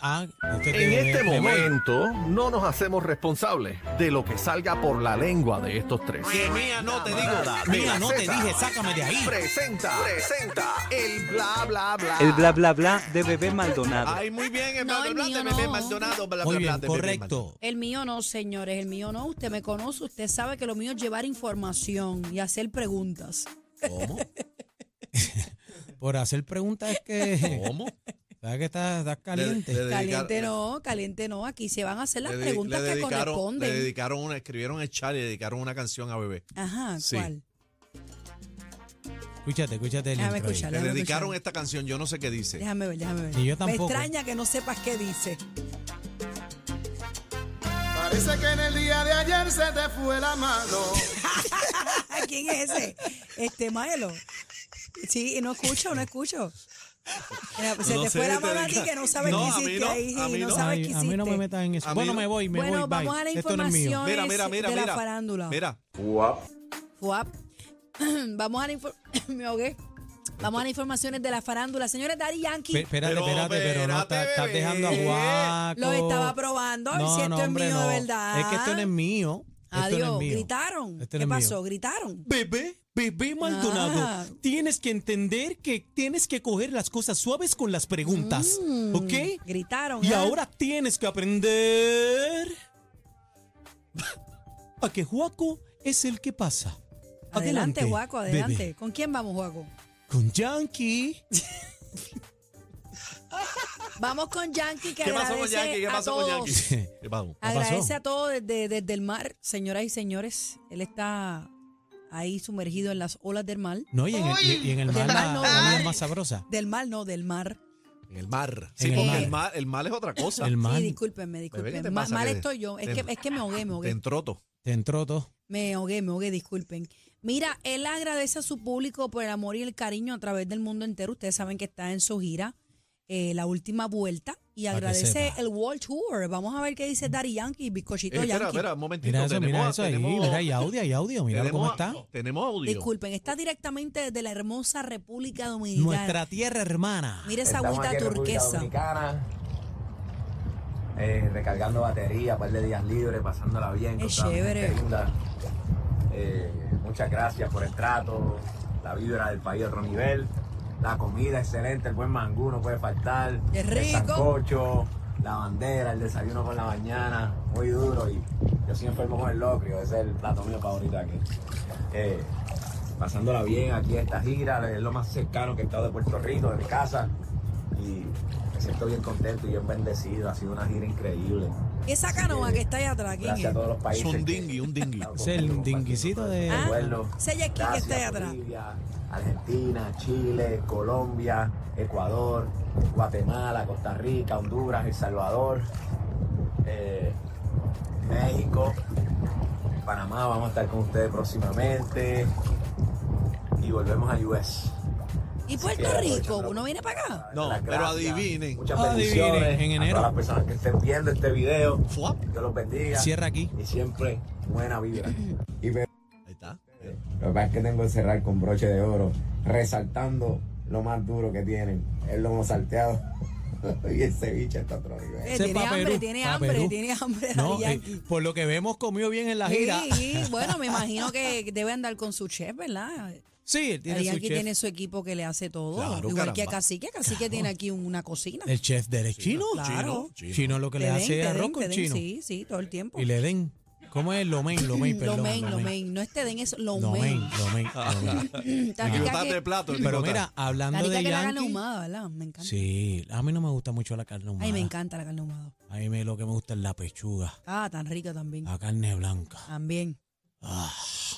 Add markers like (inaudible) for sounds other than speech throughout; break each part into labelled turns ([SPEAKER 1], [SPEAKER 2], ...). [SPEAKER 1] ah, usted
[SPEAKER 2] En
[SPEAKER 1] tiene
[SPEAKER 2] este
[SPEAKER 1] memoria.
[SPEAKER 2] momento no nos hacemos responsables de lo que salga por la lengua de estos tres.
[SPEAKER 1] Que mía no te digo, mía no te dije, sácame de ahí.
[SPEAKER 2] Presenta, presenta el bla bla bla.
[SPEAKER 3] El bla bla bla de bebé Maldonado.
[SPEAKER 4] Ay, muy bien, el bla,
[SPEAKER 5] No,
[SPEAKER 4] bla,
[SPEAKER 5] el
[SPEAKER 4] bla
[SPEAKER 5] mío
[SPEAKER 4] de bebé
[SPEAKER 5] no.
[SPEAKER 4] Maldonado, bla,
[SPEAKER 1] Muy
[SPEAKER 4] bla, bla,
[SPEAKER 1] bien,
[SPEAKER 4] de bebé
[SPEAKER 1] correcto.
[SPEAKER 5] El mío no, señores, el mío no. Usted me conoce, usted sabe que lo mío es llevar información y hacer preguntas.
[SPEAKER 1] ¿Cómo? Por hacer preguntas es que.
[SPEAKER 4] (laughs) Maldonado.
[SPEAKER 1] (laughs)
[SPEAKER 4] ¿Cómo?
[SPEAKER 1] ¿Sabes que estás, estás caliente?
[SPEAKER 4] Le- le-
[SPEAKER 5] Caliente
[SPEAKER 4] dedicar-
[SPEAKER 5] no, caliente no. Aquí se van a hacer las
[SPEAKER 4] le, de-
[SPEAKER 5] preguntas
[SPEAKER 4] le
[SPEAKER 5] que
[SPEAKER 4] dedicaron, le
[SPEAKER 5] corresponden.
[SPEAKER 4] dedicaron una, escribieron el chat y le dedicaron una canción a bebé.
[SPEAKER 5] Ajá,
[SPEAKER 4] Sí.
[SPEAKER 5] ¿cuál?
[SPEAKER 1] Escúchate, escúchate el
[SPEAKER 5] Déjame
[SPEAKER 1] intro ahí.
[SPEAKER 5] escucharlo.
[SPEAKER 4] Le
[SPEAKER 5] Claro que
[SPEAKER 4] dedicaron
[SPEAKER 5] sí.
[SPEAKER 4] esta canción, yo no sé qué dice.
[SPEAKER 5] Déjame ver, déjame ver.
[SPEAKER 1] Y yo tampoco.
[SPEAKER 5] Me extraña que no sepas qué dice. (laughs)
[SPEAKER 6] Parece que en el día de ayer se te fue la mano.
[SPEAKER 5] ¿Quién es ese? Este Maelo. Sí, no escucho, no escucho. Mira, pues se
[SPEAKER 4] No
[SPEAKER 5] te
[SPEAKER 4] sé,
[SPEAKER 5] fue la
[SPEAKER 4] te
[SPEAKER 5] mano a ti
[SPEAKER 4] dedica-
[SPEAKER 5] que no sabes
[SPEAKER 4] No,
[SPEAKER 5] qué
[SPEAKER 4] a mí
[SPEAKER 5] hiciste
[SPEAKER 4] no,
[SPEAKER 5] ahí
[SPEAKER 4] a
[SPEAKER 5] y
[SPEAKER 4] mí
[SPEAKER 5] no,
[SPEAKER 4] no.
[SPEAKER 5] sabes
[SPEAKER 1] Ay,
[SPEAKER 5] qué
[SPEAKER 1] a
[SPEAKER 5] hiciste.
[SPEAKER 1] mí no me metas en
[SPEAKER 4] A
[SPEAKER 1] eso.
[SPEAKER 4] mí
[SPEAKER 1] Bueno,
[SPEAKER 4] no.
[SPEAKER 1] me voy, me
[SPEAKER 5] bueno,
[SPEAKER 1] voy.
[SPEAKER 5] vamos
[SPEAKER 1] bye.
[SPEAKER 5] a la
[SPEAKER 1] Esto no es mío.
[SPEAKER 5] información
[SPEAKER 4] Mira, mira,
[SPEAKER 5] es
[SPEAKER 4] mira,
[SPEAKER 5] de la
[SPEAKER 4] mira.
[SPEAKER 5] farándula.
[SPEAKER 4] Mira,
[SPEAKER 5] Fuap. (clears throat) Vamos a la infor- (coughs) me ahogué. Vamos a las informaciones de la farándula. Señores, Daddy Yankee
[SPEAKER 1] Pe- Espérate,
[SPEAKER 4] Pero,
[SPEAKER 1] espérate, pero no
[SPEAKER 4] espérate,
[SPEAKER 1] estás estás
[SPEAKER 4] bebé.
[SPEAKER 1] dejando a Guaco.
[SPEAKER 5] lo estaba probando. a ver
[SPEAKER 1] No,
[SPEAKER 5] si esto
[SPEAKER 1] no,
[SPEAKER 5] es
[SPEAKER 1] hombre,
[SPEAKER 5] mío
[SPEAKER 1] no.
[SPEAKER 5] de verdad.
[SPEAKER 1] Es que esto no es mío. Esto
[SPEAKER 5] Adiós.
[SPEAKER 1] no es mío.
[SPEAKER 5] Gritaron.
[SPEAKER 1] Esto no
[SPEAKER 5] ¿Qué
[SPEAKER 1] es mío.
[SPEAKER 5] pasó? Gritaron.
[SPEAKER 1] Bebé, bebé Maldonado,
[SPEAKER 5] Ah.
[SPEAKER 1] tienes que entender que tienes que coger las cosas suaves con las preguntas,
[SPEAKER 5] Mm,
[SPEAKER 1] ¿ok?
[SPEAKER 5] Gritaron.
[SPEAKER 1] Y
[SPEAKER 5] ¿ah?
[SPEAKER 1] ahora tienes que aprender (laughs) a que Juaco es el que pasa.
[SPEAKER 5] Adelante, Juaco, adelante.
[SPEAKER 1] bebé.
[SPEAKER 5] ¿Con quién vamos, Juaco?
[SPEAKER 1] Con Yankee.
[SPEAKER 5] Vamos con Yankee, que
[SPEAKER 4] ¿qué pasó con
[SPEAKER 5] agradece
[SPEAKER 4] Yankee? ¿Qué
[SPEAKER 5] a
[SPEAKER 4] pasó con
[SPEAKER 5] todos.
[SPEAKER 4] Yankee?
[SPEAKER 1] (laughs)
[SPEAKER 4] ¿Qué pasó?
[SPEAKER 1] ¿Qué pasó?
[SPEAKER 5] Agradece a todos desde, desde el mar, señoras y señores. Él está ahí sumergido en las olas del mar.
[SPEAKER 1] No, y en el, y- y en el mar
[SPEAKER 5] Del mar
[SPEAKER 1] la,
[SPEAKER 5] no,
[SPEAKER 1] la
[SPEAKER 5] del
[SPEAKER 1] vida
[SPEAKER 5] mar.
[SPEAKER 1] es más sabrosa.
[SPEAKER 5] Del mar, no, del mar.
[SPEAKER 4] En el mar. Sí,
[SPEAKER 1] el
[SPEAKER 4] porque
[SPEAKER 1] mar.
[SPEAKER 4] el mar, el mar es otra cosa.
[SPEAKER 1] El mar
[SPEAKER 5] Sí, discúlpenme,
[SPEAKER 4] Bebé, ¿qué
[SPEAKER 5] disculpen.
[SPEAKER 4] te
[SPEAKER 5] Ma-
[SPEAKER 4] pasa?
[SPEAKER 5] mal
[SPEAKER 4] Que-
[SPEAKER 5] estoy yo. Es
[SPEAKER 4] te-
[SPEAKER 5] que, es que me ahogué, me
[SPEAKER 4] Te
[SPEAKER 5] ahogué.
[SPEAKER 4] entroto.
[SPEAKER 1] te entró todo.
[SPEAKER 5] Me ahogué, me ahogué, disculpen. Mira, él agradece a su público por el amor y el cariño a través del mundo entero. Ustedes saben que está en su gira, eh, la última vuelta, y
[SPEAKER 1] Pa' que
[SPEAKER 5] agradece
[SPEAKER 1] sepa.
[SPEAKER 5] el World Tour. Vamos a ver qué dice Daddy Yankee, Bizcochito
[SPEAKER 4] Eh, espera,
[SPEAKER 5] Yankee.
[SPEAKER 4] espera, un momentito.
[SPEAKER 1] Mira eso,
[SPEAKER 4] tenemos,
[SPEAKER 1] mira eso ahí.
[SPEAKER 4] tenemos-
[SPEAKER 1] Mira, y audio, y audio. Mira
[SPEAKER 4] tenemos-
[SPEAKER 1] cómo está.
[SPEAKER 4] Tenemos audio.
[SPEAKER 5] Disculpen, está directamente desde la hermosa República Dominicana.
[SPEAKER 1] Nuestra tierra hermana.
[SPEAKER 5] Mira esa
[SPEAKER 7] Estamos
[SPEAKER 5] agüita
[SPEAKER 7] aquí en República
[SPEAKER 5] turquesa.
[SPEAKER 7] Dominicana, eh, recargando batería, par de días libres, pasándola bien.
[SPEAKER 5] Qué
[SPEAKER 7] con toda mi
[SPEAKER 5] chévere.
[SPEAKER 7] gente linda. Eh, muchas gracias por el trato, la vibra del país a otro nivel, la comida excelente, el buen mangú no puede faltar,
[SPEAKER 5] Qué
[SPEAKER 7] el
[SPEAKER 5] rico.
[SPEAKER 7] sancocho, la bandera, el desayuno por la mañana, muy duro y yo siempre enfermo con el locrio, ese es el plato mío favorito aquí. Eh, pasándola bien aquí en esta gira, es lo más cercano que he estado de Puerto Rico, de mi casa. Y me siento bien contento y bien bendecido, ha sido una gira increíble.
[SPEAKER 5] Esa canoa que está allá atrás, ¿quién
[SPEAKER 7] Gracias a
[SPEAKER 5] es?
[SPEAKER 7] todos los países.
[SPEAKER 4] Es un
[SPEAKER 7] que-
[SPEAKER 4] dingui, un
[SPEAKER 7] (laughs)
[SPEAKER 4] dingui.
[SPEAKER 7] Están
[SPEAKER 1] Es el
[SPEAKER 7] conmigo
[SPEAKER 1] dinguicito de-
[SPEAKER 7] compartiendo
[SPEAKER 5] Ah,
[SPEAKER 7] este vuelo.
[SPEAKER 5] ese yesqui que
[SPEAKER 7] Gracias,
[SPEAKER 5] está ahí atrás.
[SPEAKER 7] Bolivia, Argentina, Chile, Colombia, Ecuador, Guatemala, Costa Rica, Honduras, El Salvador, eh, México, Panamá, vamos a estar con ustedes próximamente. Y volvemos a US.
[SPEAKER 5] Y
[SPEAKER 7] Así
[SPEAKER 5] Puerto
[SPEAKER 7] que
[SPEAKER 5] Rico,
[SPEAKER 7] aprovechando la
[SPEAKER 5] uno viene para acá.
[SPEAKER 4] No,
[SPEAKER 7] Las
[SPEAKER 4] pero
[SPEAKER 7] gracias,
[SPEAKER 4] adivinen.
[SPEAKER 7] Muchas
[SPEAKER 1] Adivinen,
[SPEAKER 7] bendiciones
[SPEAKER 1] en
[SPEAKER 7] a
[SPEAKER 1] enero.
[SPEAKER 7] todas las personas que estén viendo este video.
[SPEAKER 4] Fuap.
[SPEAKER 7] Dios los bendiga.
[SPEAKER 1] Cierra aquí.
[SPEAKER 7] Y siempre buena vibra. (coughs) Y me-
[SPEAKER 4] Ahí está.
[SPEAKER 7] Lo que pasa es que tengo que cerrar con broche de oro, resaltando lo más duro que tienen, el lomo salteado (laughs) y el ceviche está a otro nivel.
[SPEAKER 5] Eh,
[SPEAKER 1] Ese
[SPEAKER 5] tiene,
[SPEAKER 1] pa'
[SPEAKER 5] hambre,
[SPEAKER 1] Perú,
[SPEAKER 5] tiene
[SPEAKER 1] pa'
[SPEAKER 5] hambre,
[SPEAKER 1] Perú.
[SPEAKER 5] tiene hambre, (laughs) Daddy
[SPEAKER 1] No, eh,
[SPEAKER 5] Yankee.
[SPEAKER 1] por lo que vemos, comió bien en la gira.
[SPEAKER 5] Sí,
[SPEAKER 1] (laughs)
[SPEAKER 5] bueno, me imagino que debe andar con su chef, ¿verdad?
[SPEAKER 1] Sí, él tiene
[SPEAKER 5] Daddy
[SPEAKER 1] su
[SPEAKER 5] Yankee
[SPEAKER 1] chef.
[SPEAKER 5] tiene su equipo que le hace todo.
[SPEAKER 4] Claro,
[SPEAKER 5] Igual que a
[SPEAKER 4] caramba.
[SPEAKER 5] Cacique, Cacique tiene aquí una cocina.
[SPEAKER 1] El chef del chino.
[SPEAKER 5] Claro.
[SPEAKER 1] Chino, lo que le,
[SPEAKER 5] Te den,
[SPEAKER 1] hace
[SPEAKER 5] te
[SPEAKER 1] arroz
[SPEAKER 5] den,
[SPEAKER 1] con
[SPEAKER 5] te den,
[SPEAKER 1] chino.
[SPEAKER 5] Sí, sí, todo el tiempo.
[SPEAKER 1] Y le den. ¿Cómo es? Lomen, lomen, perdón.
[SPEAKER 5] Lomen, lomen. No es te den, es lomen.
[SPEAKER 1] Lomen, lomen, (laughs) lomen.
[SPEAKER 5] (laughs) Tan rica
[SPEAKER 4] Quijotate
[SPEAKER 5] que-
[SPEAKER 4] de plato. el
[SPEAKER 1] Pero
[SPEAKER 4] quijotate.
[SPEAKER 1] mira,
[SPEAKER 5] tan
[SPEAKER 1] hablando
[SPEAKER 5] rica
[SPEAKER 1] de
[SPEAKER 5] que la carne
[SPEAKER 1] Yankee.
[SPEAKER 5] ahumada, ¿verdad? Me encanta.
[SPEAKER 1] Sí, ah. a mí no me gusta mucho la carne humana.
[SPEAKER 5] Ay, me encanta la carne ahumada.
[SPEAKER 1] A mí me- lo que me gusta es la pechuga,
[SPEAKER 5] Ah, tan rica también.
[SPEAKER 1] la carne blanca.
[SPEAKER 5] También.
[SPEAKER 1] Ah.
[SPEAKER 4] (laughs)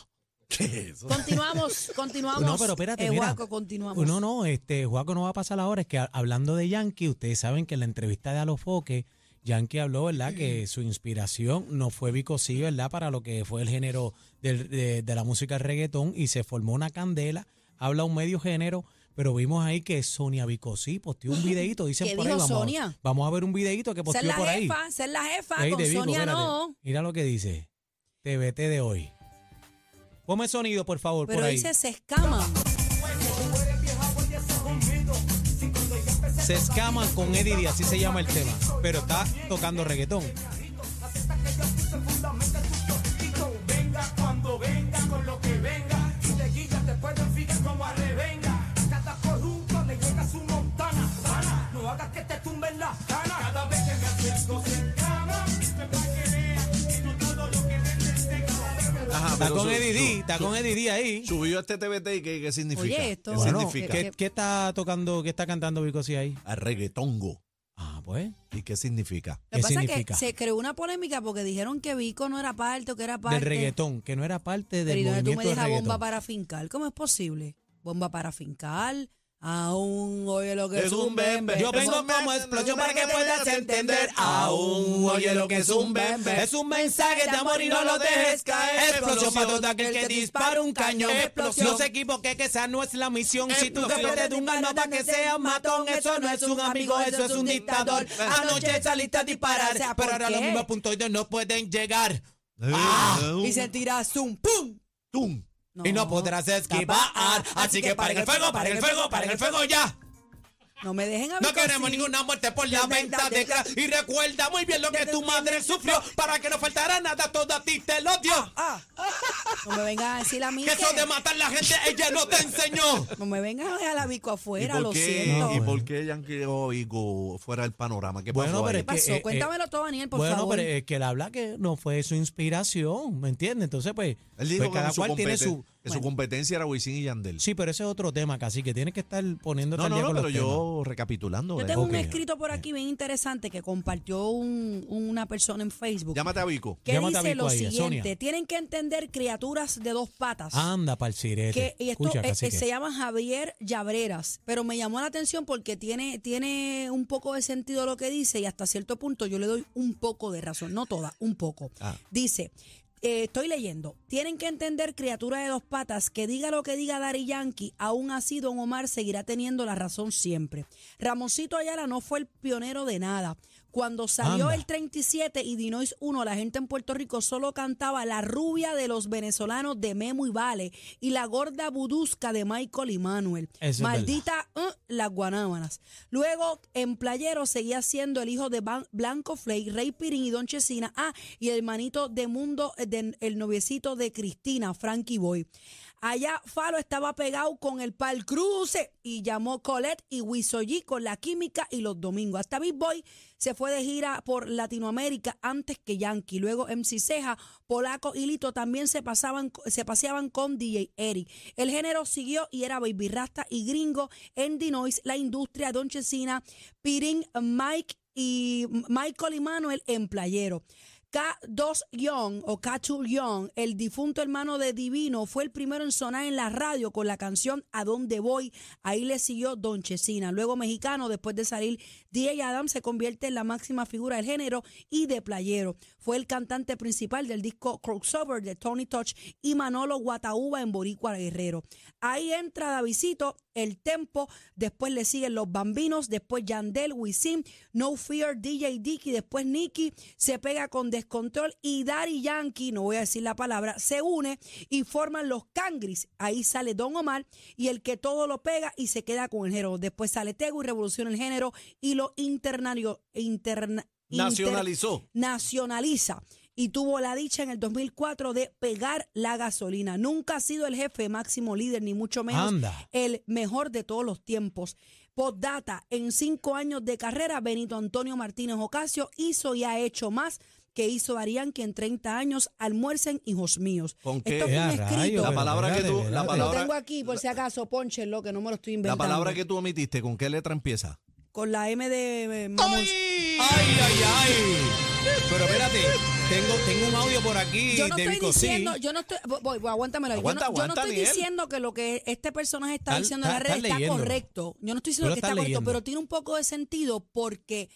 [SPEAKER 4] ¿Qué es eso?
[SPEAKER 5] Continuamos, continuamos.
[SPEAKER 1] No, pero espérate,
[SPEAKER 5] Eh,
[SPEAKER 1] mira.
[SPEAKER 5] Guaco, continuamos.
[SPEAKER 1] No, no, este, Juaco no va a pasar ahora. Es que a- hablando de Yankee, ustedes saben que en la entrevista de Alofoque, Yankee habló, ¿verdad? Que su inspiración no fue Vico C, ¿verdad? Para lo que fue el género del- de, de la música reggaetón y se formó una candela. Habla un medio género, pero vimos ahí que Sonia Vico C posteó un videito. Dicen
[SPEAKER 5] ¿Qué
[SPEAKER 1] por ahí,
[SPEAKER 5] dijo
[SPEAKER 1] vamos, a-
[SPEAKER 5] Sonia?
[SPEAKER 1] vamos a ver un videito que
[SPEAKER 5] Ser
[SPEAKER 1] posteó
[SPEAKER 5] la
[SPEAKER 1] por ahí.
[SPEAKER 5] jefa, ser la jefa,
[SPEAKER 1] Ey,
[SPEAKER 5] con
[SPEAKER 1] de Vico,
[SPEAKER 5] Sonia
[SPEAKER 1] espérate.
[SPEAKER 5] no.
[SPEAKER 1] Mira lo que dice. TBT de hoy. Ponme sonido, por favor,
[SPEAKER 5] Pero
[SPEAKER 1] por ahí.
[SPEAKER 5] dice se escaman.
[SPEAKER 1] Se escaman con Eddie Díaz, así se llama el tema. Pero está tocando reggaetón.
[SPEAKER 4] Ajá,
[SPEAKER 1] Está
[SPEAKER 4] pero
[SPEAKER 1] con
[SPEAKER 4] su-
[SPEAKER 1] Eddie D,
[SPEAKER 4] su-
[SPEAKER 1] está
[SPEAKER 4] su-
[SPEAKER 1] con Eddie D ahí.
[SPEAKER 4] Subió este TBT y ¿qué, qué significa?
[SPEAKER 5] Oye, esto-
[SPEAKER 4] ¿Qué
[SPEAKER 5] Bueno,
[SPEAKER 4] significa?
[SPEAKER 1] ¿Qué, qué está tocando, qué está cantando Vicosí ahí?
[SPEAKER 4] A reggaetongo.
[SPEAKER 1] Ah, pues.
[SPEAKER 4] ¿Y qué significa?
[SPEAKER 5] Lo
[SPEAKER 1] ¿Qué
[SPEAKER 5] que pasa
[SPEAKER 1] significa?
[SPEAKER 5] es que se creó una polémica porque dijeron que Vico no era parte o que era parte.
[SPEAKER 1] Del reggaetón, que no era parte
[SPEAKER 5] Pero
[SPEAKER 1] del
[SPEAKER 5] ¿y dónde tú
[SPEAKER 1] movimiento
[SPEAKER 5] me
[SPEAKER 1] del
[SPEAKER 5] dejas bomba
[SPEAKER 1] reggaetón.
[SPEAKER 5] para fincar? ¿Cómo es posible? Bomba para fincar. Aún, oye lo que es,
[SPEAKER 4] Es un bembe.
[SPEAKER 1] Yo vengo
[SPEAKER 4] Es un
[SPEAKER 1] como
[SPEAKER 4] bembe,
[SPEAKER 1] explosión
[SPEAKER 4] es un
[SPEAKER 1] para que
[SPEAKER 4] bembe,
[SPEAKER 1] puedas
[SPEAKER 4] es un
[SPEAKER 1] entender
[SPEAKER 4] bembe.
[SPEAKER 1] aún. Oye lo que es un bembe. Es un mensaje de amor y no lo dejes caer. Explosión para todo aquel que dispara un cañón.
[SPEAKER 5] Explosión.
[SPEAKER 1] No se equivoque que esa no es la misión. Si tú te
[SPEAKER 5] Explosión.
[SPEAKER 1] metes de un arma para que sea un matón, eso no es un amigo, eso es un dictador. Anoche saliste a disparar,
[SPEAKER 5] O sea, ¿por
[SPEAKER 1] pero ahora los
[SPEAKER 5] qué?
[SPEAKER 1] mismos puntos ellos no pueden llegar. Ah,
[SPEAKER 4] Eh, un-
[SPEAKER 5] Y se tira zoom, ¡pum!
[SPEAKER 4] tum.
[SPEAKER 1] Y no podrás esquivar. Así que paren el fuego, paren el fuego, paren el fuego ya.
[SPEAKER 5] No me dejen a
[SPEAKER 1] No
[SPEAKER 5] Vico
[SPEAKER 1] queremos
[SPEAKER 5] así.
[SPEAKER 1] ninguna muerte por la venta de crack. Y recuerda muy bien lo que tu madre sufrió. Para que no faltara nada, todo a ti te lo dio.
[SPEAKER 5] Ah, no me vengan a decir a mí
[SPEAKER 1] Que eso
[SPEAKER 5] que-
[SPEAKER 1] de matar la gente, ella no te (laughs) enseñó.
[SPEAKER 5] No me vengas a dejar a Vico
[SPEAKER 4] ¿Y
[SPEAKER 5] afuera,
[SPEAKER 4] por
[SPEAKER 5] lo
[SPEAKER 4] qué-
[SPEAKER 5] siento.
[SPEAKER 4] ¿Y por qué Yankee Oigo fuera del panorama? ¿Qué pasó
[SPEAKER 1] Bueno, pero
[SPEAKER 4] ahí?
[SPEAKER 1] es
[SPEAKER 5] ¿Qué
[SPEAKER 1] que,
[SPEAKER 5] pasó?
[SPEAKER 1] eh, eh,
[SPEAKER 5] Cuéntamelo todo, Daniel, por
[SPEAKER 1] bueno,
[SPEAKER 5] favor.
[SPEAKER 1] pero eh, es que él habla que no fue su inspiración, ¿me entiendes? Entonces, pues,
[SPEAKER 4] Él dijo
[SPEAKER 1] pues
[SPEAKER 4] que,
[SPEAKER 1] cada
[SPEAKER 4] su,
[SPEAKER 1] cual tiene
[SPEAKER 4] competen-
[SPEAKER 1] su...
[SPEAKER 4] que su
[SPEAKER 1] bueno,
[SPEAKER 4] competencia era Wisin y Yandel.
[SPEAKER 1] sí, pero ese es otro tema, casi que tienes que estar poniéndote
[SPEAKER 4] no,
[SPEAKER 1] al
[SPEAKER 4] no,
[SPEAKER 1] día
[SPEAKER 4] no,
[SPEAKER 1] con
[SPEAKER 4] pero
[SPEAKER 1] los temas.
[SPEAKER 4] yo recapitulando.
[SPEAKER 5] Yo
[SPEAKER 4] la-
[SPEAKER 5] tengo un
[SPEAKER 4] Ok.
[SPEAKER 5] escrito por aquí bien interesante que compartió un- una persona en Facebook.
[SPEAKER 4] Llámate a Vico.
[SPEAKER 5] que
[SPEAKER 1] Llámate a
[SPEAKER 5] dice
[SPEAKER 1] Vico
[SPEAKER 5] lo
[SPEAKER 1] ahí,
[SPEAKER 5] siguiente,
[SPEAKER 1] Sonia. Ah,
[SPEAKER 5] tienen que entender criaturas de dos patas.
[SPEAKER 1] Anda,
[SPEAKER 5] que,
[SPEAKER 1] parcirete.
[SPEAKER 5] y esto
[SPEAKER 1] Escucha,
[SPEAKER 5] eh,
[SPEAKER 1] cacique.
[SPEAKER 5] eh, se llama Javier Llabreras, pero me llamó la atención porque tiene, tiene un poco de sentido lo que dice y hasta cierto punto yo le doy un poco de razón, no toda, un poco.
[SPEAKER 4] Ah.
[SPEAKER 5] Dice, eh, estoy leyendo, tienen que entender criatura de dos patas, que diga lo que diga Dari Yankee, aún así Don Omar seguirá teniendo la razón siempre. Ramoncito Ayala no fue el pionero de nada. Cuando salió
[SPEAKER 1] Anda.
[SPEAKER 5] el 37 y Dinois 1, la gente en Puerto Rico solo cantaba La rubia de los venezolanos de Memo y Vale y La gorda budusca de Michael y Manuel.
[SPEAKER 1] Eso es
[SPEAKER 5] Maldita uh, las guanábanas. Luego en Playero seguía siendo el hijo de Ban- Blanco Flay, Rey Pirín y Don Chesina. Ah, y el hermanito de Mundo, eh, de- el noviecito de Cristina, Frankie Boy. Allá Falo estaba pegado con el pal cruce y llamó Colette y Wisoyi con la química y los domingos. Hasta Big Boy se fue de gira por Latinoamérica antes que Yankee. Luego MC Ceja, Polaco y Lito también se, pasaban, se paseaban con DJ Eric. El género siguió y era Baby Rasta y Gringo, Andy Noise, La Industria, Don Chesina, Pirin, Mike y Michael y Manuel en Playero. K2 Young o K2 Young, el difunto hermano de Divino, fue el primero en sonar en la radio con la canción A dónde voy. Ahí le siguió Don Chesina. Luego mexicano, después de salir, DJ Adam se convierte en la máxima figura del género y de playero. Fue el cantante principal del disco Crossover de Tony Touch y Manolo Guataúba en Boricua Guerrero. Ahí entra Davidito, el tempo, después le siguen los bambinos, después Yandel, Wisin, No Fear, DJ Dicky, después Nicky se pega con Descontrol y Daddy Yankee, no voy a decir la palabra, se une y forman los Cangris. Ahí sale Don Omar y el que todo lo pega y se queda con el género. Después sale Tego y revoluciona el género y lo internario, interna- inter-
[SPEAKER 4] Nacionalizó.
[SPEAKER 5] nacionaliza y tuvo la dicha en el 2004 de pegar la gasolina. Nunca ha sido el jefe máximo líder, ni mucho menos
[SPEAKER 1] Anda.
[SPEAKER 5] el mejor de todos los tiempos. Postdata, en cinco años de carrera, Benito Antonio Martínez Ocasio hizo y ha hecho más que hizo Arián, que en 30 años almuercen hijos míos.
[SPEAKER 4] ¿Con qué? Ah,
[SPEAKER 5] Esto fue un
[SPEAKER 1] Eh, a rayos,
[SPEAKER 5] escrito.
[SPEAKER 4] La palabra
[SPEAKER 1] pero
[SPEAKER 4] que tú-
[SPEAKER 1] espérate,
[SPEAKER 4] la
[SPEAKER 1] espérate.
[SPEAKER 5] lo
[SPEAKER 4] palabra-
[SPEAKER 5] tengo aquí, por si acaso, ponchelo, que no me lo estoy
[SPEAKER 4] La
[SPEAKER 5] inventando.
[SPEAKER 4] palabra que tú omitiste, ¿con qué letra empieza?
[SPEAKER 5] Con la M de... eh, mamón.
[SPEAKER 1] ¡Ay, ay, ay! Pero espérate, tengo, tengo un audio por aquí
[SPEAKER 5] Yo no
[SPEAKER 1] de
[SPEAKER 5] estoy
[SPEAKER 1] Vico Sí.
[SPEAKER 5] diciendo, yo no estoy, voy, voy, aguántamelo ahí. Yo no-
[SPEAKER 4] Aguanta,
[SPEAKER 5] yo, no,
[SPEAKER 4] aguanta,
[SPEAKER 5] estoy
[SPEAKER 4] Miguel.
[SPEAKER 5] diciendo que lo que este personaje está
[SPEAKER 1] Está-
[SPEAKER 5] diciendo en
[SPEAKER 1] está-
[SPEAKER 5] la red
[SPEAKER 1] está
[SPEAKER 5] está
[SPEAKER 1] leyéndolo.
[SPEAKER 5] correcto. Yo no
[SPEAKER 1] Tú
[SPEAKER 5] estoy diciendo
[SPEAKER 1] lo
[SPEAKER 5] que está
[SPEAKER 1] estás
[SPEAKER 5] correcto,
[SPEAKER 1] leyendo.
[SPEAKER 5] pero tiene un poco de sentido porque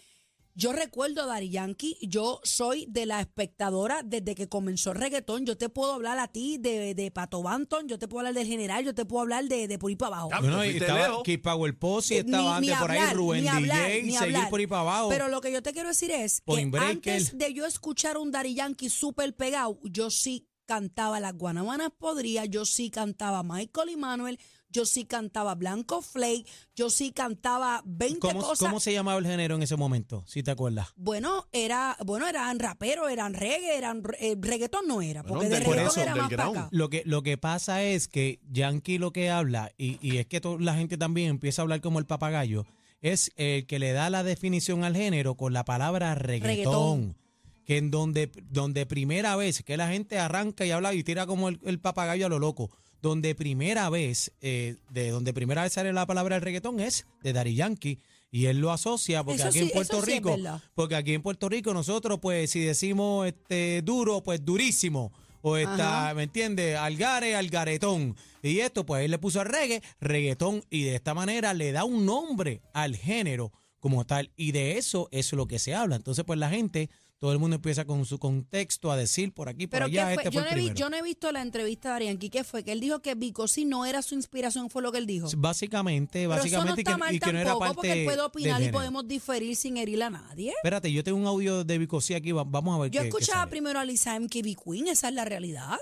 [SPEAKER 5] yo recuerdo a Dari Yankee, yo soy de la espectadora desde que comenzó el reggaetón. Yo te puedo hablar a ti de, de Pato Banton, yo te puedo hablar del general, yo te puedo hablar de, de por ahí para abajo.
[SPEAKER 4] Ya,
[SPEAKER 1] Bueno, y
[SPEAKER 4] Te Ah, fuiste
[SPEAKER 1] estaba
[SPEAKER 4] lejos.
[SPEAKER 1] Keith Power Posse,
[SPEAKER 5] Eh,
[SPEAKER 1] estaba antes por ahí
[SPEAKER 5] hablar,
[SPEAKER 1] Rubén
[SPEAKER 5] ni hablar,
[SPEAKER 1] DJ,
[SPEAKER 5] ni
[SPEAKER 1] seguir
[SPEAKER 5] hablar.
[SPEAKER 1] por ahí para abajo.
[SPEAKER 5] Pero lo que yo te quiero decir es que
[SPEAKER 1] Point Breaker.
[SPEAKER 5] antes de yo escuchar un Daddy Yankee súper pegado, yo sí cantaba Las Guanabanas Podría, yo sí cantaba Michael y Manuel, yo sí cantaba Blanco Flake, yo sí cantaba 20
[SPEAKER 1] ¿Cómo,
[SPEAKER 5] cosas.
[SPEAKER 1] cómo se llamaba el género en ese momento, si te acuerdas?
[SPEAKER 5] Bueno, era, bueno, eran raperos, eran reggae, eran eh, reggaetón no era,
[SPEAKER 4] Bueno,
[SPEAKER 5] porque de
[SPEAKER 4] underground,
[SPEAKER 5] reggaetón era más para
[SPEAKER 4] underground.
[SPEAKER 5] acá.
[SPEAKER 1] Lo que, lo que pasa es que Yankee lo que habla, y, y es que to- la gente también empieza a hablar como el papagayo, es el que le da la definición al género con la palabra reggaetón. Que en donde, donde primera vez que la gente arranca y habla y tira como el, el papagayo a lo loco, donde primera vez, eh, de donde primera vez sale la palabra reggaetón es de Dari Yankee. Y él lo asocia porque
[SPEAKER 5] Eso
[SPEAKER 1] aquí
[SPEAKER 5] sí-
[SPEAKER 1] en Puerto
[SPEAKER 5] eso sí es
[SPEAKER 1] Rico,
[SPEAKER 5] verdad.
[SPEAKER 1] porque aquí en Puerto Rico nosotros, pues, si decimos este duro, pues durísimo. O está, ¿me entiendes? Algare, algaretón. Y esto, pues él le puso al reggae, reggaetón. Y de esta manera le da un nombre al género como tal. Y de eso es lo que se habla. Entonces, pues la gente, todo el mundo empieza con su contexto a decir por aquí, por
[SPEAKER 5] Pero
[SPEAKER 1] allá,
[SPEAKER 5] ¿qué fue?
[SPEAKER 1] este fue
[SPEAKER 5] yo,
[SPEAKER 1] el
[SPEAKER 5] no he vi-
[SPEAKER 1] primero.
[SPEAKER 5] yo no he visto la entrevista de Arianqui, ¿qué fue? Que él dijo que Bicosi no era su inspiración, fue lo que él dijo.
[SPEAKER 1] Básicamente,
[SPEAKER 5] Pero eso no
[SPEAKER 1] básicamente, y
[SPEAKER 5] está
[SPEAKER 1] que-
[SPEAKER 5] mal
[SPEAKER 1] y que no
[SPEAKER 5] tampoco,
[SPEAKER 1] era parte
[SPEAKER 5] porque él puede
[SPEAKER 1] del
[SPEAKER 5] opinar y
[SPEAKER 1] género.
[SPEAKER 5] podemos diferir sin herir a nadie.
[SPEAKER 1] Espérate, yo tengo un audio de Bicosí aquí, va- vamos a ver
[SPEAKER 5] Yo
[SPEAKER 1] qué- qué
[SPEAKER 5] escuchaba
[SPEAKER 1] sale.
[SPEAKER 5] primero a Lisa M. que B. Queen, esa es la realidad.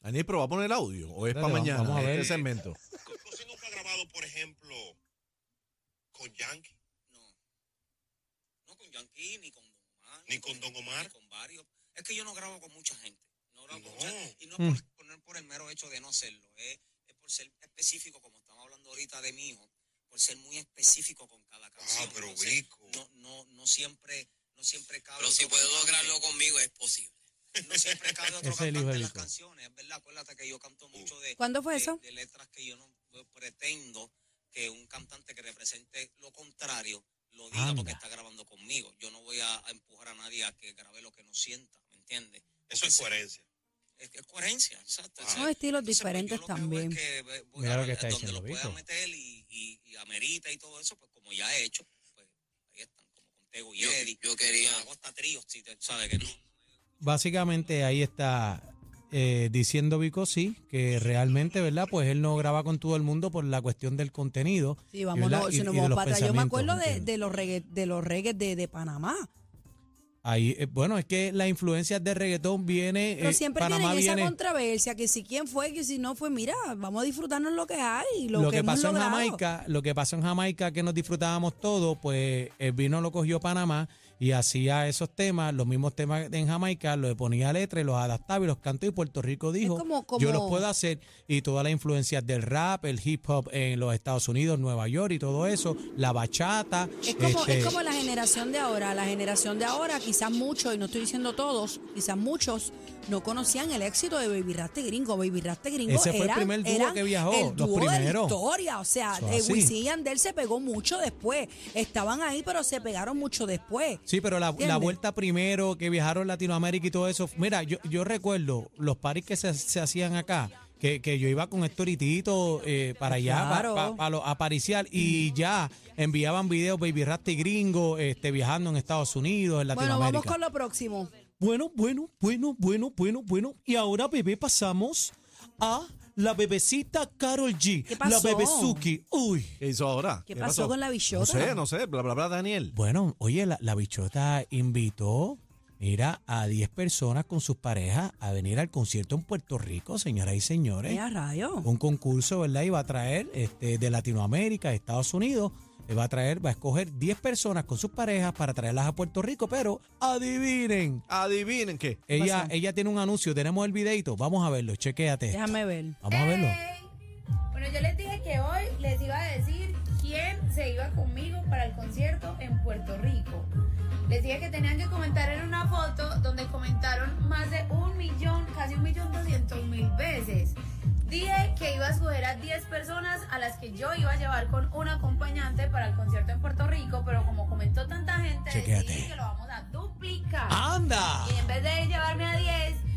[SPEAKER 4] Daniel, pero va a poner audio o es
[SPEAKER 1] Dale,
[SPEAKER 4] para
[SPEAKER 1] vamos-
[SPEAKER 4] mañana
[SPEAKER 1] vamos a ver.
[SPEAKER 4] este segmento.
[SPEAKER 8] ¿Cosí no fue grabado, por ejemplo, con Yankee? No. No con Yankee, ni con Don Omar. Ni con Don Omar. Ni con varios. Es que yo no grabo con mucha gente. No grabo con mucha gente. Y no es por, no es por el mero hecho de no hacerlo. Es, es por ser específico, como estamos hablando ahorita de mi hijo, por ser muy específico con cada canción. Ah, pero No, no, no siempre, no siempre cabe. Pero si puedo lograrlo conmigo, es posible. No siempre cabe otro
[SPEAKER 1] (laughs) Ese es el hijo
[SPEAKER 8] cantante
[SPEAKER 1] de
[SPEAKER 8] en las
[SPEAKER 1] Vico.
[SPEAKER 8] canciones, es verdad, acuérdate que yo canto mucho de,
[SPEAKER 5] ¿Cuándo fue
[SPEAKER 8] de-
[SPEAKER 5] eso?
[SPEAKER 8] de letras que yo no yo pretendo que un cantante que represente lo contrario lo diga
[SPEAKER 1] Anda.
[SPEAKER 8] porque está grabando conmigo. Yo no voy a, a empujar a nadie a que grabe lo que no sienta, ¿me entiendes? Eso es coherencia. Ah. Es, es coherencia, exacto. Entonces-
[SPEAKER 5] Son estilos
[SPEAKER 8] entonces, pues,
[SPEAKER 5] diferentes
[SPEAKER 8] yo lo que hago
[SPEAKER 5] también.
[SPEAKER 8] es que, eh, voy
[SPEAKER 1] Mira
[SPEAKER 8] a-
[SPEAKER 1] lo que está
[SPEAKER 8] donde
[SPEAKER 1] diciendo
[SPEAKER 8] lo pueda
[SPEAKER 1] Vico.
[SPEAKER 8] meter y, y, y amerita y todo eso, pues como ya he hecho, pues ahí están, como con Tego y Eddie. Yo quería... Hago hasta tríos, si te- sabes que no.
[SPEAKER 1] básicamente ahí está eh, diciendo Vico sí, que realmente, ¿verdad? Pues él no graba con todo el mundo por la cuestión del contenido.
[SPEAKER 5] Sí, vamos,
[SPEAKER 1] ¿verdad?
[SPEAKER 5] no,
[SPEAKER 1] Y-
[SPEAKER 5] si nos
[SPEAKER 1] y de
[SPEAKER 5] vamos
[SPEAKER 1] los
[SPEAKER 5] para atrás. Yo me
[SPEAKER 1] pensamientos,
[SPEAKER 5] acuerdo de,
[SPEAKER 1] ¿entiendes?
[SPEAKER 5] de los reggae, de, los reggae de, de Panamá.
[SPEAKER 1] Ahí, eh, bueno, es que la influencia de reggaetón viene.
[SPEAKER 5] Pero
[SPEAKER 1] eh,
[SPEAKER 5] siempre
[SPEAKER 1] Panamá
[SPEAKER 5] tienen esa
[SPEAKER 1] viene.
[SPEAKER 5] controversia, que si quién fue, que si no fue, mira, vamos a disfrutarnos lo que hay, lo,
[SPEAKER 1] Lo, que,
[SPEAKER 5] hemos
[SPEAKER 1] pasó en
[SPEAKER 5] logrado.
[SPEAKER 1] Jamaica, lo que pasó en Jamaica que nos disfrutábamos todos, pues el vino lo cogió Panamá y hacía esos temas, los mismos temas en Jamaica, los ponía letra y los adaptaba y los cantó y Puerto Rico dijo,
[SPEAKER 5] como-
[SPEAKER 1] yo
[SPEAKER 5] como-
[SPEAKER 1] los puedo hacer y todas las influencias del rap, el hip hop en los Estados Unidos, Nueva York y todo eso, la bachata.
[SPEAKER 5] Es como,
[SPEAKER 1] este,
[SPEAKER 5] es como la generación de ahora. La generación de ahora, quizás muchos, y no estoy diciendo todos, quizás muchos no conocían el éxito de Baby Raste Gringo. Baby Raste Gringo
[SPEAKER 1] Ese fue el
[SPEAKER 5] eran-
[SPEAKER 1] primer dúo
[SPEAKER 5] eran
[SPEAKER 1] que viajó,
[SPEAKER 5] el
[SPEAKER 1] los
[SPEAKER 5] dúo de la
[SPEAKER 1] primeros.
[SPEAKER 5] historia. O sea,
[SPEAKER 1] Eso
[SPEAKER 5] eh,
[SPEAKER 1] así.
[SPEAKER 5] Wisin y Yandel se pegó mucho después. Estaban ahí, pero se pegaron mucho después.
[SPEAKER 1] Sí, pero la, la
[SPEAKER 5] ¿Entiendes?
[SPEAKER 1] vuelta primero que viajaron Latinoamérica y todo eso. Mira, yo, yo recuerdo los paris que se, se hacían acá, que, que yo iba con Héctor y Tito eh, para allá,
[SPEAKER 5] Claro.
[SPEAKER 1] pa- pa- pa lo- a pariciar, y ya enviaban videos Baby Rasta y Gringo este, viajando en Estados Unidos, en
[SPEAKER 5] Bueno, vamos
[SPEAKER 1] Latinoamérica.
[SPEAKER 5] con lo próximo.
[SPEAKER 1] Bueno, bueno, bueno, bueno, bueno, bueno. Y ahora, bebé, pasamos a la bebecita Carol G.
[SPEAKER 5] ¿Qué pasó?
[SPEAKER 1] La bebezuki. Uy.
[SPEAKER 4] ¿Qué hizo ahora?
[SPEAKER 5] ¿Qué pasó con la bichota?
[SPEAKER 4] No sé, no sé, bla, bla, bla, Daniel.
[SPEAKER 1] Bueno, oye, la, la bichota invitó, mira, a 10 personas con sus parejas a venir al concierto en Puerto Rico, señoras y señores.
[SPEAKER 5] Mira, rayo.
[SPEAKER 1] Un concurso, ¿verdad? Y va a traer este, de Latinoamérica, de Estados Unidos. eh, Va a traer, va a escoger 10 personas con sus parejas para traerlas a Puerto Rico, pero adivinen.
[SPEAKER 4] Adivinen qué.
[SPEAKER 1] Ella,
[SPEAKER 5] pasó?
[SPEAKER 1] ella tiene un anuncio, tenemos el videito, vamos a verlo, chequéate. esto.
[SPEAKER 5] Déjame ver.
[SPEAKER 1] Vamos a verlo.
[SPEAKER 9] Bueno, yo les dije que hoy les iba a decir quién se iba conmigo para el concierto en Puerto Rico. Les dije que tenían que comentar en una foto donde comentaron más de un millón, casi un millón doscientos mil veces. Dije que iba a escoger a 10 personas a las que yo iba a llevar con un acompañante para el concierto en Puerto Rico, pero como comentó tanta gente,
[SPEAKER 1] Chequéate. Ah,
[SPEAKER 9] decidí que lo vamos a duplicar.
[SPEAKER 1] ¡Anda!
[SPEAKER 9] Y en vez de llevarme a 10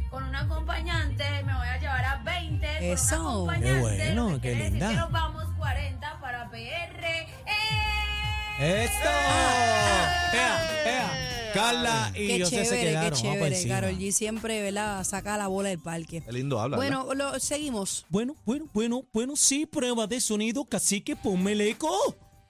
[SPEAKER 9] con un acompañante, me voy a llevar a 20
[SPEAKER 5] Eso.
[SPEAKER 9] con un acompañante.
[SPEAKER 1] Qué bueno,
[SPEAKER 9] lo
[SPEAKER 1] qué
[SPEAKER 9] que quiere decir
[SPEAKER 1] linda.
[SPEAKER 9] que nos vamos 40 para PR. ¡Eh!
[SPEAKER 1] ¡Esto! ¡Ea, ea! Carla y
[SPEAKER 5] Ah, Qué
[SPEAKER 1] José se
[SPEAKER 5] chévere,
[SPEAKER 1] quedaron. vamos
[SPEAKER 5] qué
[SPEAKER 1] por
[SPEAKER 5] chévere.
[SPEAKER 1] encima.
[SPEAKER 5] Carol G siempre, ¿verdad? Saca la bola del parque.
[SPEAKER 4] Qué lindo habla. ¿verdad?
[SPEAKER 5] Bueno, lo, seguimos.
[SPEAKER 1] Bueno, bueno, bueno, bueno, sí, prueba de sonido, cacique, ponme el eco,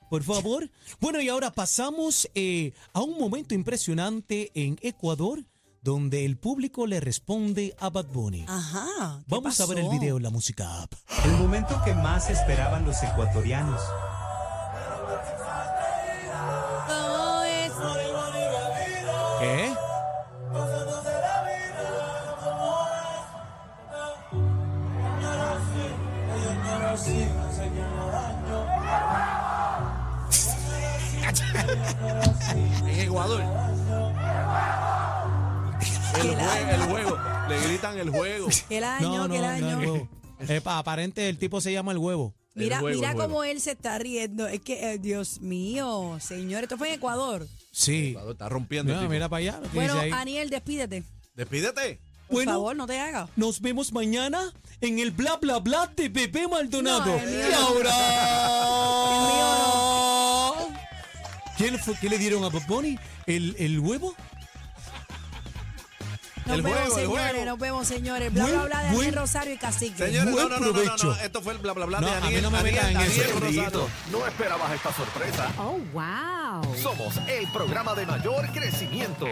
[SPEAKER 1] por favor. Bueno, y ahora pasamos eh, a un momento impresionante en Ecuador, donde el público le responde a Bad Bunny.
[SPEAKER 5] Ajá. Ah, ¿qué
[SPEAKER 1] Vamos a ver el
[SPEAKER 5] pasó?
[SPEAKER 1] video en la música app.
[SPEAKER 3] El momento que más esperaban los ecuatorianos.
[SPEAKER 5] ¿Cómo es?
[SPEAKER 1] ¿Qué?
[SPEAKER 2] En
[SPEAKER 5] (laughs)
[SPEAKER 2] Ecuador. El juego, el juego. Le gritan el
[SPEAKER 5] (laughs)
[SPEAKER 2] juego.
[SPEAKER 5] El año,
[SPEAKER 1] no, no,
[SPEAKER 5] el
[SPEAKER 1] no,
[SPEAKER 5] año.
[SPEAKER 1] el huevo. Epa, aparente, el tipo se llama el huevo.
[SPEAKER 2] El
[SPEAKER 5] Mira,
[SPEAKER 2] juego,
[SPEAKER 5] mira
[SPEAKER 2] el juego.
[SPEAKER 5] cómo él se está riendo. Es que, eh, Dios mío, señor, esto fue en Ecuador.
[SPEAKER 1] Sí.
[SPEAKER 2] Ecuador Está rompiendo. el
[SPEAKER 1] Mira,
[SPEAKER 2] tipo.
[SPEAKER 1] mira para allá. lo que
[SPEAKER 5] Bueno,
[SPEAKER 1] dice ahí.
[SPEAKER 5] Aniel, despídete.
[SPEAKER 4] Despídete.
[SPEAKER 5] Por
[SPEAKER 1] Bueno.
[SPEAKER 5] favor, no te hagas.
[SPEAKER 1] Nos vemos mañana en el bla bla bla de Bebé Maldonado.
[SPEAKER 5] No, el mío
[SPEAKER 1] y
[SPEAKER 5] no.
[SPEAKER 1] ahora. ¿Quién fue, ¿Qué le dieron a Bob Bunny? ¿El, el huevo?
[SPEAKER 5] Nos
[SPEAKER 4] El
[SPEAKER 5] vemos,
[SPEAKER 4] juego, el
[SPEAKER 5] señores,
[SPEAKER 4] juego.
[SPEAKER 5] nos vemos, señores. Bla,
[SPEAKER 1] Buen-
[SPEAKER 5] bla, bla de Aniel
[SPEAKER 1] buen-
[SPEAKER 5] Rosario y Cacique.
[SPEAKER 4] Señores,
[SPEAKER 1] Buen
[SPEAKER 4] no, no, no, no, no,
[SPEAKER 1] provecho.
[SPEAKER 4] no, Esto fue el bla, bla, bla
[SPEAKER 1] No,
[SPEAKER 4] de
[SPEAKER 1] a mí
[SPEAKER 4] Daniel.
[SPEAKER 1] no me metan en
[SPEAKER 4] Daniel,
[SPEAKER 1] eso.
[SPEAKER 4] Daniel Rosato.
[SPEAKER 2] Amiguitos, No esperabas esta sorpresa.
[SPEAKER 10] Oh, wow. Oh,
[SPEAKER 2] Somos el programa de mayor crecimiento.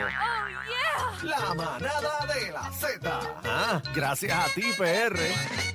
[SPEAKER 2] La manada de la Z. Ah, gracias a ti, PR.